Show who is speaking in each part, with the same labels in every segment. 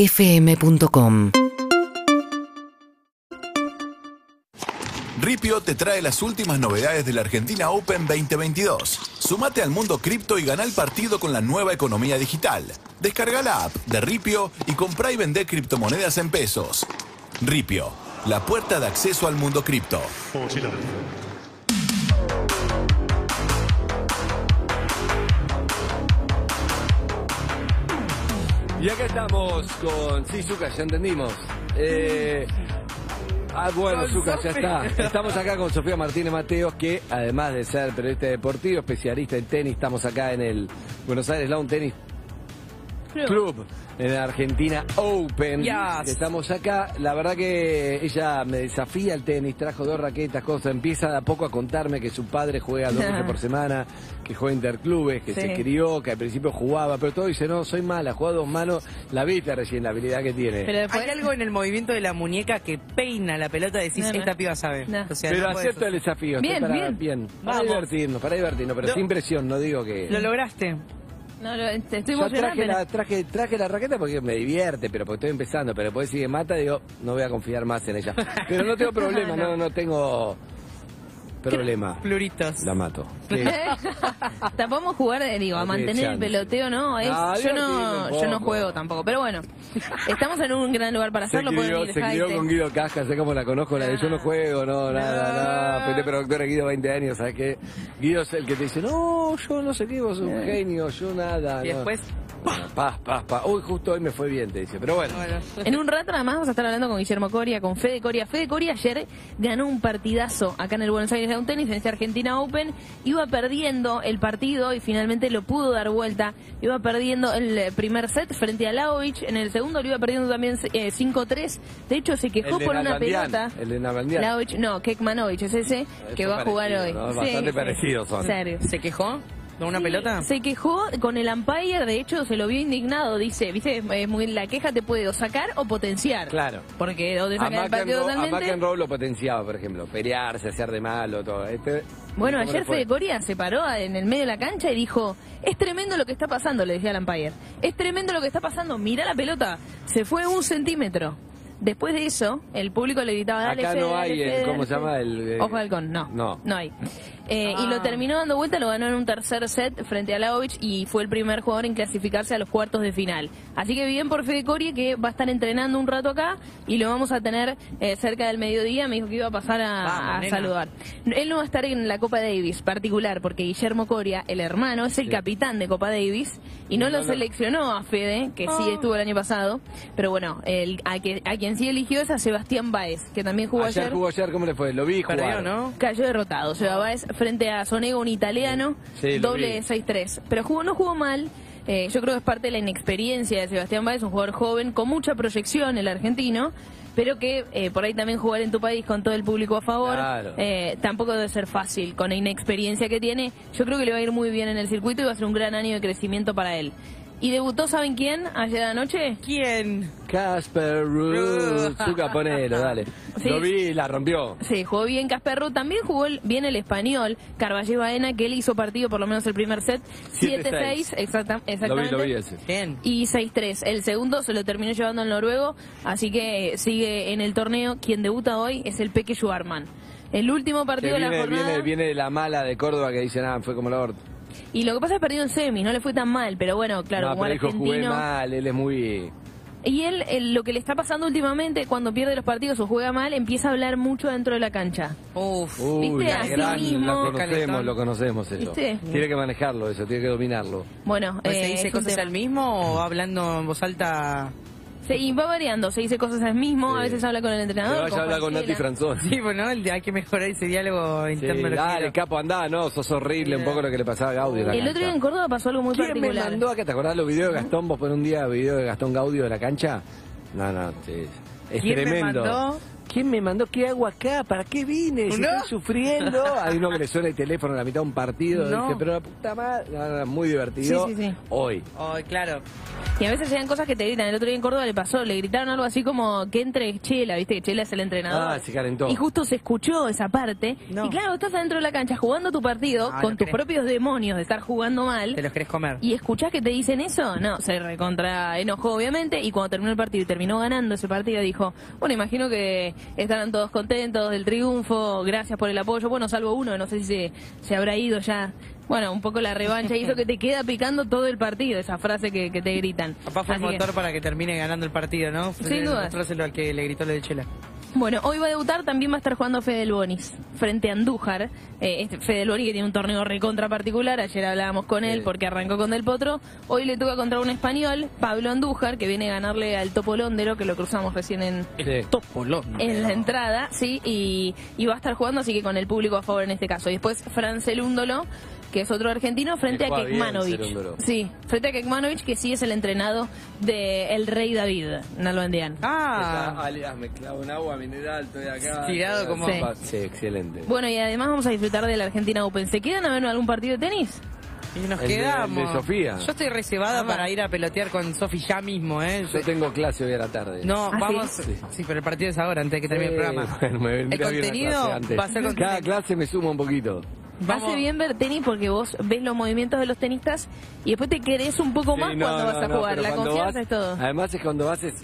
Speaker 1: UrbanaPlayFM.com
Speaker 2: Ripio te trae las últimas novedades de la Argentina Open 2022. Sumate al mundo cripto y gana el partido con la nueva economía digital. Descarga la app de Ripio y compra y vende criptomonedas en pesos. Ripio, la puerta de acceso al mundo cripto.
Speaker 3: Y acá estamos con. Sí, Zucca, ya entendimos. Eh, Ah, bueno, Zucca, ya está. Estamos acá con Sofía Martínez Mateos, que además de ser periodista deportivo, especialista en tenis, estamos acá en el Buenos Aires Lawn Tennis Club, en la Argentina Open.
Speaker 4: Yes.
Speaker 3: Estamos acá. La verdad que ella me desafía el tenis, trajo dos raquetas, cosas. Empieza de a poco a contarme que su padre juega dos veces por semana, que juega interclubes, que
Speaker 4: Sí.
Speaker 3: se crió, que al principio jugaba, pero todo dice, no, soy mala, juega dos manos. La viste recién, la habilidad que tiene.
Speaker 4: Pero después...
Speaker 5: Hay algo en el movimiento de la muñeca que peina la pelota y decís,
Speaker 4: No, no.
Speaker 5: esta piba sabe.
Speaker 4: No.
Speaker 5: O sea,
Speaker 3: Pero
Speaker 5: no puede
Speaker 3: acepto el desafío, estoy
Speaker 4: Bien,
Speaker 3: para,
Speaker 4: bien.
Speaker 3: para
Speaker 5: Vamos.
Speaker 3: divertirnos, para divertirnos, pero
Speaker 5: Lo-
Speaker 3: sin presión, no digo que...
Speaker 5: ser. Lo lograste.
Speaker 4: No, lo- te estoy
Speaker 3: Yo
Speaker 4: emocionada,
Speaker 3: traje
Speaker 4: pero...
Speaker 3: la, traje, traje la raqueta porque me divierte, pero porque estoy empezando, pero después si me mata digo, no voy a confiar más en ella. Pero no tengo problema, no, no tengo problema.
Speaker 5: Pluritos.
Speaker 3: La mato.
Speaker 4: ¿eh? Tampoco jugar, eh, digo, a
Speaker 3: Qué
Speaker 4: mantener el
Speaker 3: chance.
Speaker 4: peloteo, no, es-
Speaker 3: Ah,
Speaker 4: yo
Speaker 3: divertido
Speaker 4: no,
Speaker 3: un
Speaker 4: yo no
Speaker 3: poco.
Speaker 4: juego tampoco, pero bueno, estamos en un gran lugar para
Speaker 3: Se
Speaker 4: hacerlo, pueden
Speaker 3: crió,
Speaker 4: ir
Speaker 3: se crió
Speaker 4: high-tech.
Speaker 3: con Guido Casca, sé cómo la conozco, la de yo no juego, Ah. no, nada, no. Fue de productor de Guido 20 años, ¿sabes qué? Guido es el que te dice, no, yo no sé qué, vos sos un genio, yo nada.
Speaker 5: Y
Speaker 3: no".
Speaker 5: después,
Speaker 3: Bueno, Paz, paz, paz. Uy, justo hoy me fue bien, te dice. Pero bueno.
Speaker 5: bueno,
Speaker 4: En un rato además vamos a estar hablando con Guillermo Coria, con Fede Coria. Fede Coria ayer ganó un partidazo acá en el Buenos Aires Down Tennis, en este Argentina Open. Iba perdiendo el partido y finalmente lo pudo dar vuelta. Iba perdiendo el eh, primer set frente a Laovic. En el segundo lo iba perdiendo también eh, 5-3. De hecho, se quejó
Speaker 3: El de
Speaker 4: por una
Speaker 3: Nalbandian,
Speaker 4: pelota.
Speaker 3: el de Nalbandian.
Speaker 4: Laovic, no, Kekmanovic es ese que
Speaker 3: Son
Speaker 4: va a jugar hoy.
Speaker 3: parecidos, ¿no? Bastante parecidos son.
Speaker 4: Serio.
Speaker 5: ¿se quejó con una
Speaker 4: Sí,
Speaker 5: pelota?
Speaker 4: Se quejó con el umpire, de hecho se lo vio indignado, dice, viste, es- es muy, la queja te puede o sacar o potenciar.
Speaker 3: Claro.
Speaker 4: Porque o te
Speaker 3: A
Speaker 4: sacan el
Speaker 3: Mac and
Speaker 4: partido
Speaker 3: Roll- a Mac
Speaker 4: totalmente.
Speaker 3: and Roll lo potenciaba, por ejemplo. Pelearse, hacer de malo, todo. Este,
Speaker 4: Bueno,
Speaker 3: ¿cómo
Speaker 4: ayer
Speaker 3: le fue?
Speaker 4: Fede Coria se paró en el medio de la cancha y dijo, es tremendo lo que está pasando, le decía al umpire. Es tremendo lo que está pasando, mirá la pelota, se fue un centímetro. Después de eso, el público le gritaba, dale,
Speaker 3: Acá
Speaker 4: Fede,
Speaker 3: no
Speaker 4: dale,
Speaker 3: hay,
Speaker 4: Fede,
Speaker 3: el, ¿cómo
Speaker 4: dale,
Speaker 3: se llama?
Speaker 4: Fede".
Speaker 3: El, eh,
Speaker 4: Ojo de halcón, no,
Speaker 3: No.
Speaker 4: no, hay. Eh, Y
Speaker 5: Ah.
Speaker 4: lo terminó dando vuelta, lo ganó en un tercer set frente a Laovic y fue el primer jugador en clasificarse a los cuartos de final. Así que bien por Fede Coria que va a estar entrenando un rato acá y lo vamos a tener eh, cerca del mediodía. Me dijo que iba a pasar a,
Speaker 5: Vamos,
Speaker 4: a
Speaker 5: nena.
Speaker 4: saludar. Él no va a estar en la Copa Davis particular porque Guillermo Coria, el hermano, es el capitán de Copa Davis y no,
Speaker 3: No,
Speaker 4: lo
Speaker 3: no, no.
Speaker 4: seleccionó a Fede, que sí estuvo el año pasado. Pero bueno, el, a, que- a quien sí eligió es a Sebastián Baez, que también jugó
Speaker 3: ayer, jugó ayer, ¿cómo le fue? Lo vi jugar.
Speaker 5: Perdió, ¿no?
Speaker 4: Cayó derrotado. Seba Báez frente a Sonego, un italiano,
Speaker 3: Sí, lo vi.
Speaker 4: doble de 6-3. Pero jugó, no jugó mal. Eh, yo creo que es parte de la inexperiencia de Sebastián Báez, un jugador joven con mucha proyección, el argentino, pero que eh, por ahí también jugar en tu país con todo el público a favor,
Speaker 3: Claro.
Speaker 4: eh, tampoco debe ser fácil. Con la inexperiencia que tiene, yo creo que le va a ir muy bien en el circuito y va a ser un gran año de crecimiento para él. Y debutó, ¿saben quién? Ayer anoche.
Speaker 5: ¿Quién?
Speaker 3: Casper Ruud, Zucca, ponelo, dale.
Speaker 4: Sí.
Speaker 3: Lo vi y la rompió.
Speaker 4: Sí, jugó bien Casperro. También jugó el- bien el español, Carvajal Baena, que él hizo partido por lo menos el primer set. 7-6, exacta-
Speaker 3: Lo vi,
Speaker 4: exactamente.
Speaker 3: lo vi ese.
Speaker 5: ¿Quién?
Speaker 4: Y 6-3. El segundo se lo terminó llevando el noruego, así que sigue en el torneo. Quien debuta hoy es el Peque Schwarman. El último
Speaker 3: Que
Speaker 4: partido de la
Speaker 3: viene,
Speaker 4: jornada.
Speaker 3: viene, viene de la mala de Córdoba que dice, ah, fue como la orto.
Speaker 4: Y lo que pasa es que perdió en semis, no le fue tan mal, pero bueno, claro,
Speaker 3: no,
Speaker 4: como
Speaker 3: pero dijo, jugué
Speaker 4: argentino.
Speaker 3: mal, él es muy...
Speaker 4: Y él, él, lo que le está pasando últimamente, cuando pierde los partidos o juega mal, empieza a hablar mucho dentro de la cancha.
Speaker 5: Uf.
Speaker 3: Uy,
Speaker 4: ¿Viste?
Speaker 3: la
Speaker 4: Así
Speaker 3: gran,
Speaker 4: mismo.
Speaker 3: lo conocemos, lo conocemos eso.
Speaker 4: ¿Viste?
Speaker 3: Tiene que manejarlo eso, tiene que dominarlo.
Speaker 4: Bueno,
Speaker 5: Pues
Speaker 4: eh,
Speaker 5: ¿Se
Speaker 4: es
Speaker 5: dice
Speaker 4: un
Speaker 5: cosas
Speaker 4: tema.
Speaker 5: al mismo o va hablando en voz alta?
Speaker 4: Sí, y va variando, se dice cosas al mismo, a
Speaker 3: Sí.
Speaker 4: veces habla con el
Speaker 3: Que
Speaker 4: entrenador.
Speaker 3: vaya a hablar con Nati
Speaker 4: Franchella.
Speaker 3: Franzoni.
Speaker 5: Sí, bueno, el de- hay que mejorar ese diálogo
Speaker 3: Sí,
Speaker 5: interno. lo
Speaker 3: dale,
Speaker 5: quiero.
Speaker 3: capo, andá, no, sos horrible, un poco lo que le pasaba a Gaudio. en la
Speaker 4: El otro
Speaker 3: cancha.
Speaker 4: día en Córdoba pasó algo muy
Speaker 3: ¿Quién me
Speaker 4: particular.
Speaker 3: mandó acá? ¿Te acordás los videos de Gastón? Vos por un día video de Gastón Gaudio de la cancha. No, no, sí, es
Speaker 5: ¿Quién me
Speaker 3: tremendo.
Speaker 5: mandó?
Speaker 3: ¿Quién me mandó? ¿Qué hago acá? ¿Para qué vine? Si
Speaker 5: ¿No?
Speaker 3: estoy sufriendo. Hay uno que le suena el teléfono a la mitad de un partido.
Speaker 5: No.
Speaker 3: Dice, pero la puta madre. No, no, muy divertido.
Speaker 4: Sí, sí, sí.
Speaker 3: Hoy.
Speaker 5: Ay, claro.
Speaker 4: Y a veces llegan cosas que te gritan. El otro día en Córdoba le pasó, le gritaron algo así como que entre Chela, viste que Chela es el entrenador.
Speaker 3: Ah, se calentó.
Speaker 4: Y justo se escuchó esa parte.
Speaker 5: No.
Speaker 4: Y claro, estás adentro de la cancha jugando tu partido
Speaker 5: Ah, no
Speaker 4: con tus
Speaker 5: creo.
Speaker 4: propios demonios de estar jugando mal.
Speaker 5: Te los querés comer.
Speaker 4: Y escuchás que te dicen eso, no, se recontra enojó obviamente y cuando terminó el partido y terminó ganando ese partido dijo, bueno, imagino que estarán todos contentos del triunfo, gracias por el apoyo, bueno, salvo uno, no sé si se, se habrá ido ya. Bueno, un poco la revancha y eso que te queda picando todo el partido, esa frase que, que te gritan.
Speaker 5: Papá fue el
Speaker 4: Así que-
Speaker 5: motor para que termine ganando el partido, ¿no?
Speaker 4: Sin duda.
Speaker 5: Mostrárselo al que le gritó lo de Chela.
Speaker 4: Bueno, hoy va a debutar, también va a estar jugando Fede del Bonis frente a Andújar. Eh, este Fede del Bonis que tiene un torneo recontra particular, ayer hablábamos con él
Speaker 3: Sí.
Speaker 4: porque arrancó con Del Potro. Hoy le toca contra un español, Pablo Andújar, que viene a ganarle al Topo Londero, que lo cruzamos recién en,
Speaker 3: Sí.
Speaker 5: Topolón.
Speaker 4: en la entrada, sí, y, y va a estar jugando así que con el público a favor en este caso. Y después Fran Celúndolo, que es otro argentino, frente
Speaker 3: Que
Speaker 4: a
Speaker 3: juega bien,
Speaker 4: Kekmanovic.
Speaker 3: Celúndolo.
Speaker 4: Sí, frente a Kekmanovic, que sí es el entrenado de el Rey David, Nalbandian.
Speaker 5: Ah,
Speaker 3: alias, me clavo en agua mineral, estoy acá.
Speaker 5: Estirado como-
Speaker 4: Sí.
Speaker 3: Sí, excelente.
Speaker 4: Bueno, y además vamos a disfrutar de la Argentina Open. ¿Se quedan a ver algún partido de tenis?
Speaker 5: y nos
Speaker 3: El de-
Speaker 5: quedamos.
Speaker 3: el de Sofía.
Speaker 5: Yo estoy
Speaker 4: Ah,
Speaker 5: reservada para ir a pelotear con Sofi ya mismo, ¿eh?
Speaker 3: Yo tengo clase hoy a la tarde.
Speaker 5: No,
Speaker 4: ¿Ah, sí?
Speaker 5: vamos. Sí. pero el partido es ahora, antes de que termine el
Speaker 3: Sí,
Speaker 5: programa.
Speaker 3: Eh, bueno, me
Speaker 5: el
Speaker 3: vendría bien una
Speaker 5: contenido
Speaker 3: clase antes.
Speaker 5: va a ser
Speaker 3: Cada
Speaker 5: contenido.
Speaker 3: clase me suma un poquito.
Speaker 5: Vamos.
Speaker 4: Hace bien ver tenis porque vos ves los movimientos de los tenistas y después te querés un poco más
Speaker 3: Sí, no,
Speaker 4: cuando
Speaker 3: no,
Speaker 4: vas a
Speaker 3: no,
Speaker 4: jugar.
Speaker 3: pero
Speaker 4: La
Speaker 3: cuando
Speaker 4: confianza
Speaker 3: vas-
Speaker 4: es todo.
Speaker 3: Además es cuando vas es...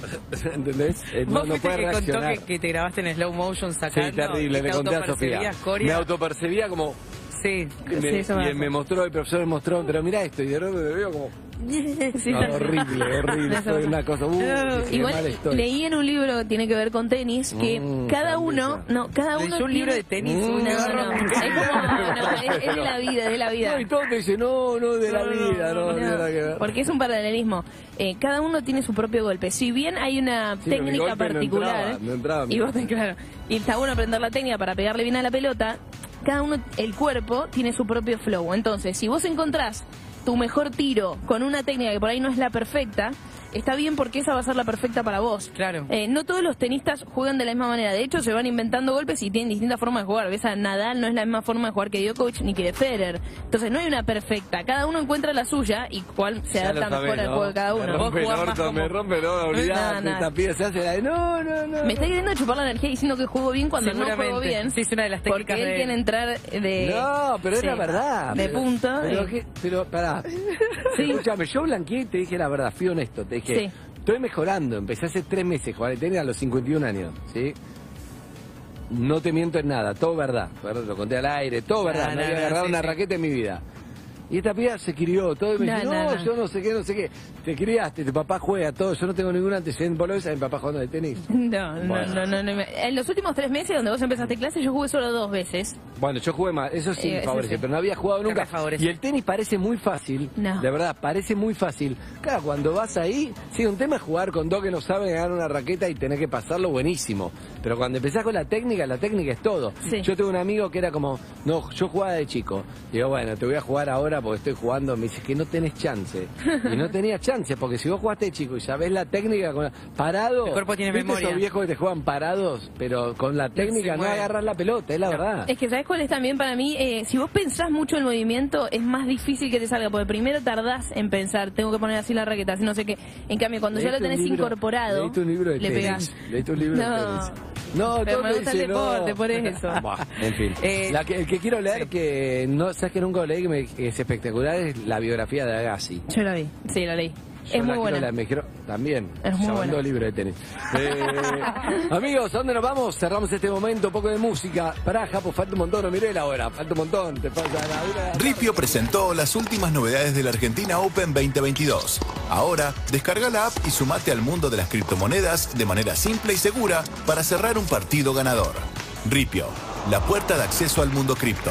Speaker 3: ¿Entendés? Eh,
Speaker 5: Vos
Speaker 3: No, no
Speaker 5: fuiste
Speaker 3: puedes
Speaker 5: el que contó
Speaker 3: reaccionar.
Speaker 5: que, que te grabaste en slow motion
Speaker 3: Sí,
Speaker 5: sacando. y
Speaker 3: terrible,
Speaker 5: te
Speaker 3: le conté a Sofía.
Speaker 5: autopercibías,
Speaker 3: Me
Speaker 5: Coria.
Speaker 3: autopercibía como...
Speaker 5: Sí.
Speaker 3: y
Speaker 4: Sí,
Speaker 3: Me,
Speaker 4: eso me
Speaker 3: y
Speaker 4: pasó.
Speaker 3: me mostró, el profesor me mostró, pero mirá esto, y de repente me veo como...
Speaker 4: Sí,
Speaker 3: no,
Speaker 4: tal-
Speaker 3: horrible, horrible,
Speaker 4: Eso
Speaker 3: soy
Speaker 4: pasa.
Speaker 3: una cosa... Uh, qué mal
Speaker 4: Igual
Speaker 3: estoy.
Speaker 4: leí en un libro que tiene que ver con tenis que
Speaker 3: Mm,
Speaker 4: cada
Speaker 3: qué
Speaker 4: uno,
Speaker 3: risa.
Speaker 4: no, cada
Speaker 5: ¿Leyó
Speaker 4: uno
Speaker 5: un libro de
Speaker 4: tiene- Mm,
Speaker 5: tenis?
Speaker 4: No,
Speaker 5: Un
Speaker 3: Mm,
Speaker 4: no,
Speaker 5: agarro-
Speaker 4: no. Es como- no, es- es de la vida, de la vida.
Speaker 3: No, y todo te dice, no, no, de la
Speaker 5: No, no,
Speaker 3: vida, no,
Speaker 4: No,
Speaker 3: tiene nada que ver.
Speaker 4: porque es un paralelismo. Eh, cada uno tiene su propio golpe. Si bien hay una
Speaker 3: Sí, pero mi
Speaker 4: técnica
Speaker 3: golpe no
Speaker 4: particular,
Speaker 3: entraba, no entraba mi
Speaker 4: y vos
Speaker 3: golpe.
Speaker 4: claro, y está bueno aprender la técnica para pegarle bien a la pelota, cada uno, el cuerpo tiene su propio flow. Entonces, si vos encontrás tu mejor tiro con una técnica que por ahí no es la perfecta, está bien porque esa va a ser la perfecta para vos.
Speaker 5: Claro.
Speaker 4: Eh, no todos los tenistas juegan de la misma manera. De hecho, se van inventando golpes y tienen distintas formas de jugar. Ves a Nadal no es la misma forma de jugar que Djokovic ni que de Federer. Entonces, no hay una perfecta. Cada uno encuentra la suya y cuál se
Speaker 3: Ya lo
Speaker 4: adapta mejor
Speaker 3: sabés,
Speaker 4: al
Speaker 3: ¿no?
Speaker 4: juego de cada
Speaker 3: Me
Speaker 4: uno.
Speaker 5: Vos
Speaker 3: rompe el
Speaker 5: jugás más
Speaker 3: orto,
Speaker 5: como-
Speaker 3: me rompe el orto,
Speaker 4: No, no.
Speaker 3: olvidate, esta piba se hace la de no, no, no.
Speaker 4: Me está queriendo chupar la energía diciendo que juego bien cuando no
Speaker 5: Seguramente.
Speaker 4: juego bien.
Speaker 5: Sí, es una de las técnicas
Speaker 4: Porque él
Speaker 5: de-
Speaker 4: quiere entrar de...
Speaker 3: No, pero es
Speaker 4: Sí.
Speaker 3: la verdad.
Speaker 4: De
Speaker 3: Pero-
Speaker 4: punto.
Speaker 3: Pero,
Speaker 4: eh.
Speaker 3: que- pero pará. Escúchame, yo blanqueé y te dije la verdad, fui honesto. Te dije,
Speaker 4: Sí.
Speaker 3: estoy mejorando. Empecé hace tres meses, jugar al tenis a los 51 años, ¿sí? No te miento en nada, todo verdad. ¿verdad? Lo conté al aire, todo
Speaker 5: No,
Speaker 3: verdad.
Speaker 4: Ah,
Speaker 3: No,
Speaker 5: no,
Speaker 3: había
Speaker 5: no,
Speaker 3: agarrado
Speaker 5: sí,
Speaker 3: una
Speaker 5: sí.
Speaker 3: raqueta en mi vida. Y esta piba se crió, todo y me
Speaker 4: No,
Speaker 3: dice,
Speaker 4: no,
Speaker 3: no,
Speaker 4: no.
Speaker 3: yo no sé qué, no sé qué. Te criaste, tu papá juega todo, yo no tengo ningún antecedente. Vos lo ves a mi papá jugando de tenis.
Speaker 4: No,
Speaker 3: Bueno.
Speaker 4: no, no, no, no me- En los últimos tres meses donde vos empezaste clase, yo jugué solo dos veces.
Speaker 3: Bueno, yo jugué más, eso sí
Speaker 4: Eh,
Speaker 3: me
Speaker 4: eso
Speaker 3: favorece,
Speaker 4: sí.
Speaker 3: pero no había jugado
Speaker 5: Te
Speaker 3: nunca.
Speaker 5: refavorece.
Speaker 3: Y el tenis parece muy fácil,
Speaker 4: No.
Speaker 3: de verdad, parece muy fácil. Claro, cuando vas ahí, sí, un tema es jugar con dos que no saben ganar una raqueta y tener que pasarlo buenísimo. Pero cuando empezás con la técnica, la técnica es todo.
Speaker 4: Sí.
Speaker 3: Yo tengo un amigo que era como, no, yo jugaba de chico. Digo, bueno, te voy a jugar ahora porque estoy jugando. Me dice que no tenés chance. Y no tenía chance, porque si vos jugaste de chico y sabés la técnica, con la- parado.
Speaker 5: El cuerpo tiene
Speaker 3: ¿viste
Speaker 5: memoria.
Speaker 3: Esos viejos que te juegan parados, pero con la técnica no
Speaker 5: mueve.
Speaker 3: agarras la pelota, es la verdad.
Speaker 4: Es que sabes cuál es también para mí, Eh, si vos pensás mucho el movimiento, es más difícil que te salga, porque primero tardás en pensar, tengo que poner así la raqueta, así no sé qué. En cambio, cuando ya lo
Speaker 3: Leíste un
Speaker 4: tenés
Speaker 3: libro-
Speaker 4: incorporado,
Speaker 3: leíste un libro de
Speaker 4: le
Speaker 3: tenis,
Speaker 4: pegás.
Speaker 3: leíste un libro
Speaker 4: No.
Speaker 3: de tenis. No,
Speaker 4: Pero
Speaker 3: todo
Speaker 4: me
Speaker 3: me
Speaker 4: gusta el
Speaker 3: dice, no.
Speaker 4: deporte, por eso.
Speaker 3: Buah, en fin.
Speaker 5: Eh,
Speaker 3: La que- el que quiero leer, que no sabes que nunca lo leí, que, me- que es espectacular, es la biografía de Agassi.
Speaker 4: Yo la vi, sí, la leí.
Speaker 3: Yo
Speaker 4: Es
Speaker 3: la
Speaker 4: muy
Speaker 3: quiero
Speaker 4: buena.
Speaker 3: leer, me quiero- también.
Speaker 4: Es muy
Speaker 3: Ya mandó
Speaker 4: buena.
Speaker 3: libro de tenis. Eh, amigos, ¿a dónde nos vamos? Cerramos este momento, un poco de música. Pará, Japo, falta un montón, no miré la hora. Falta un montón, te falta la hora.
Speaker 2: Ripio presentó las últimas novedades de la Argentina Open 2022. Ahora, descarga la app y sumate al mundo de las criptomonedas de manera simple y segura para cerrar un partido ganador. Ripio, la puerta de acceso al mundo cripto.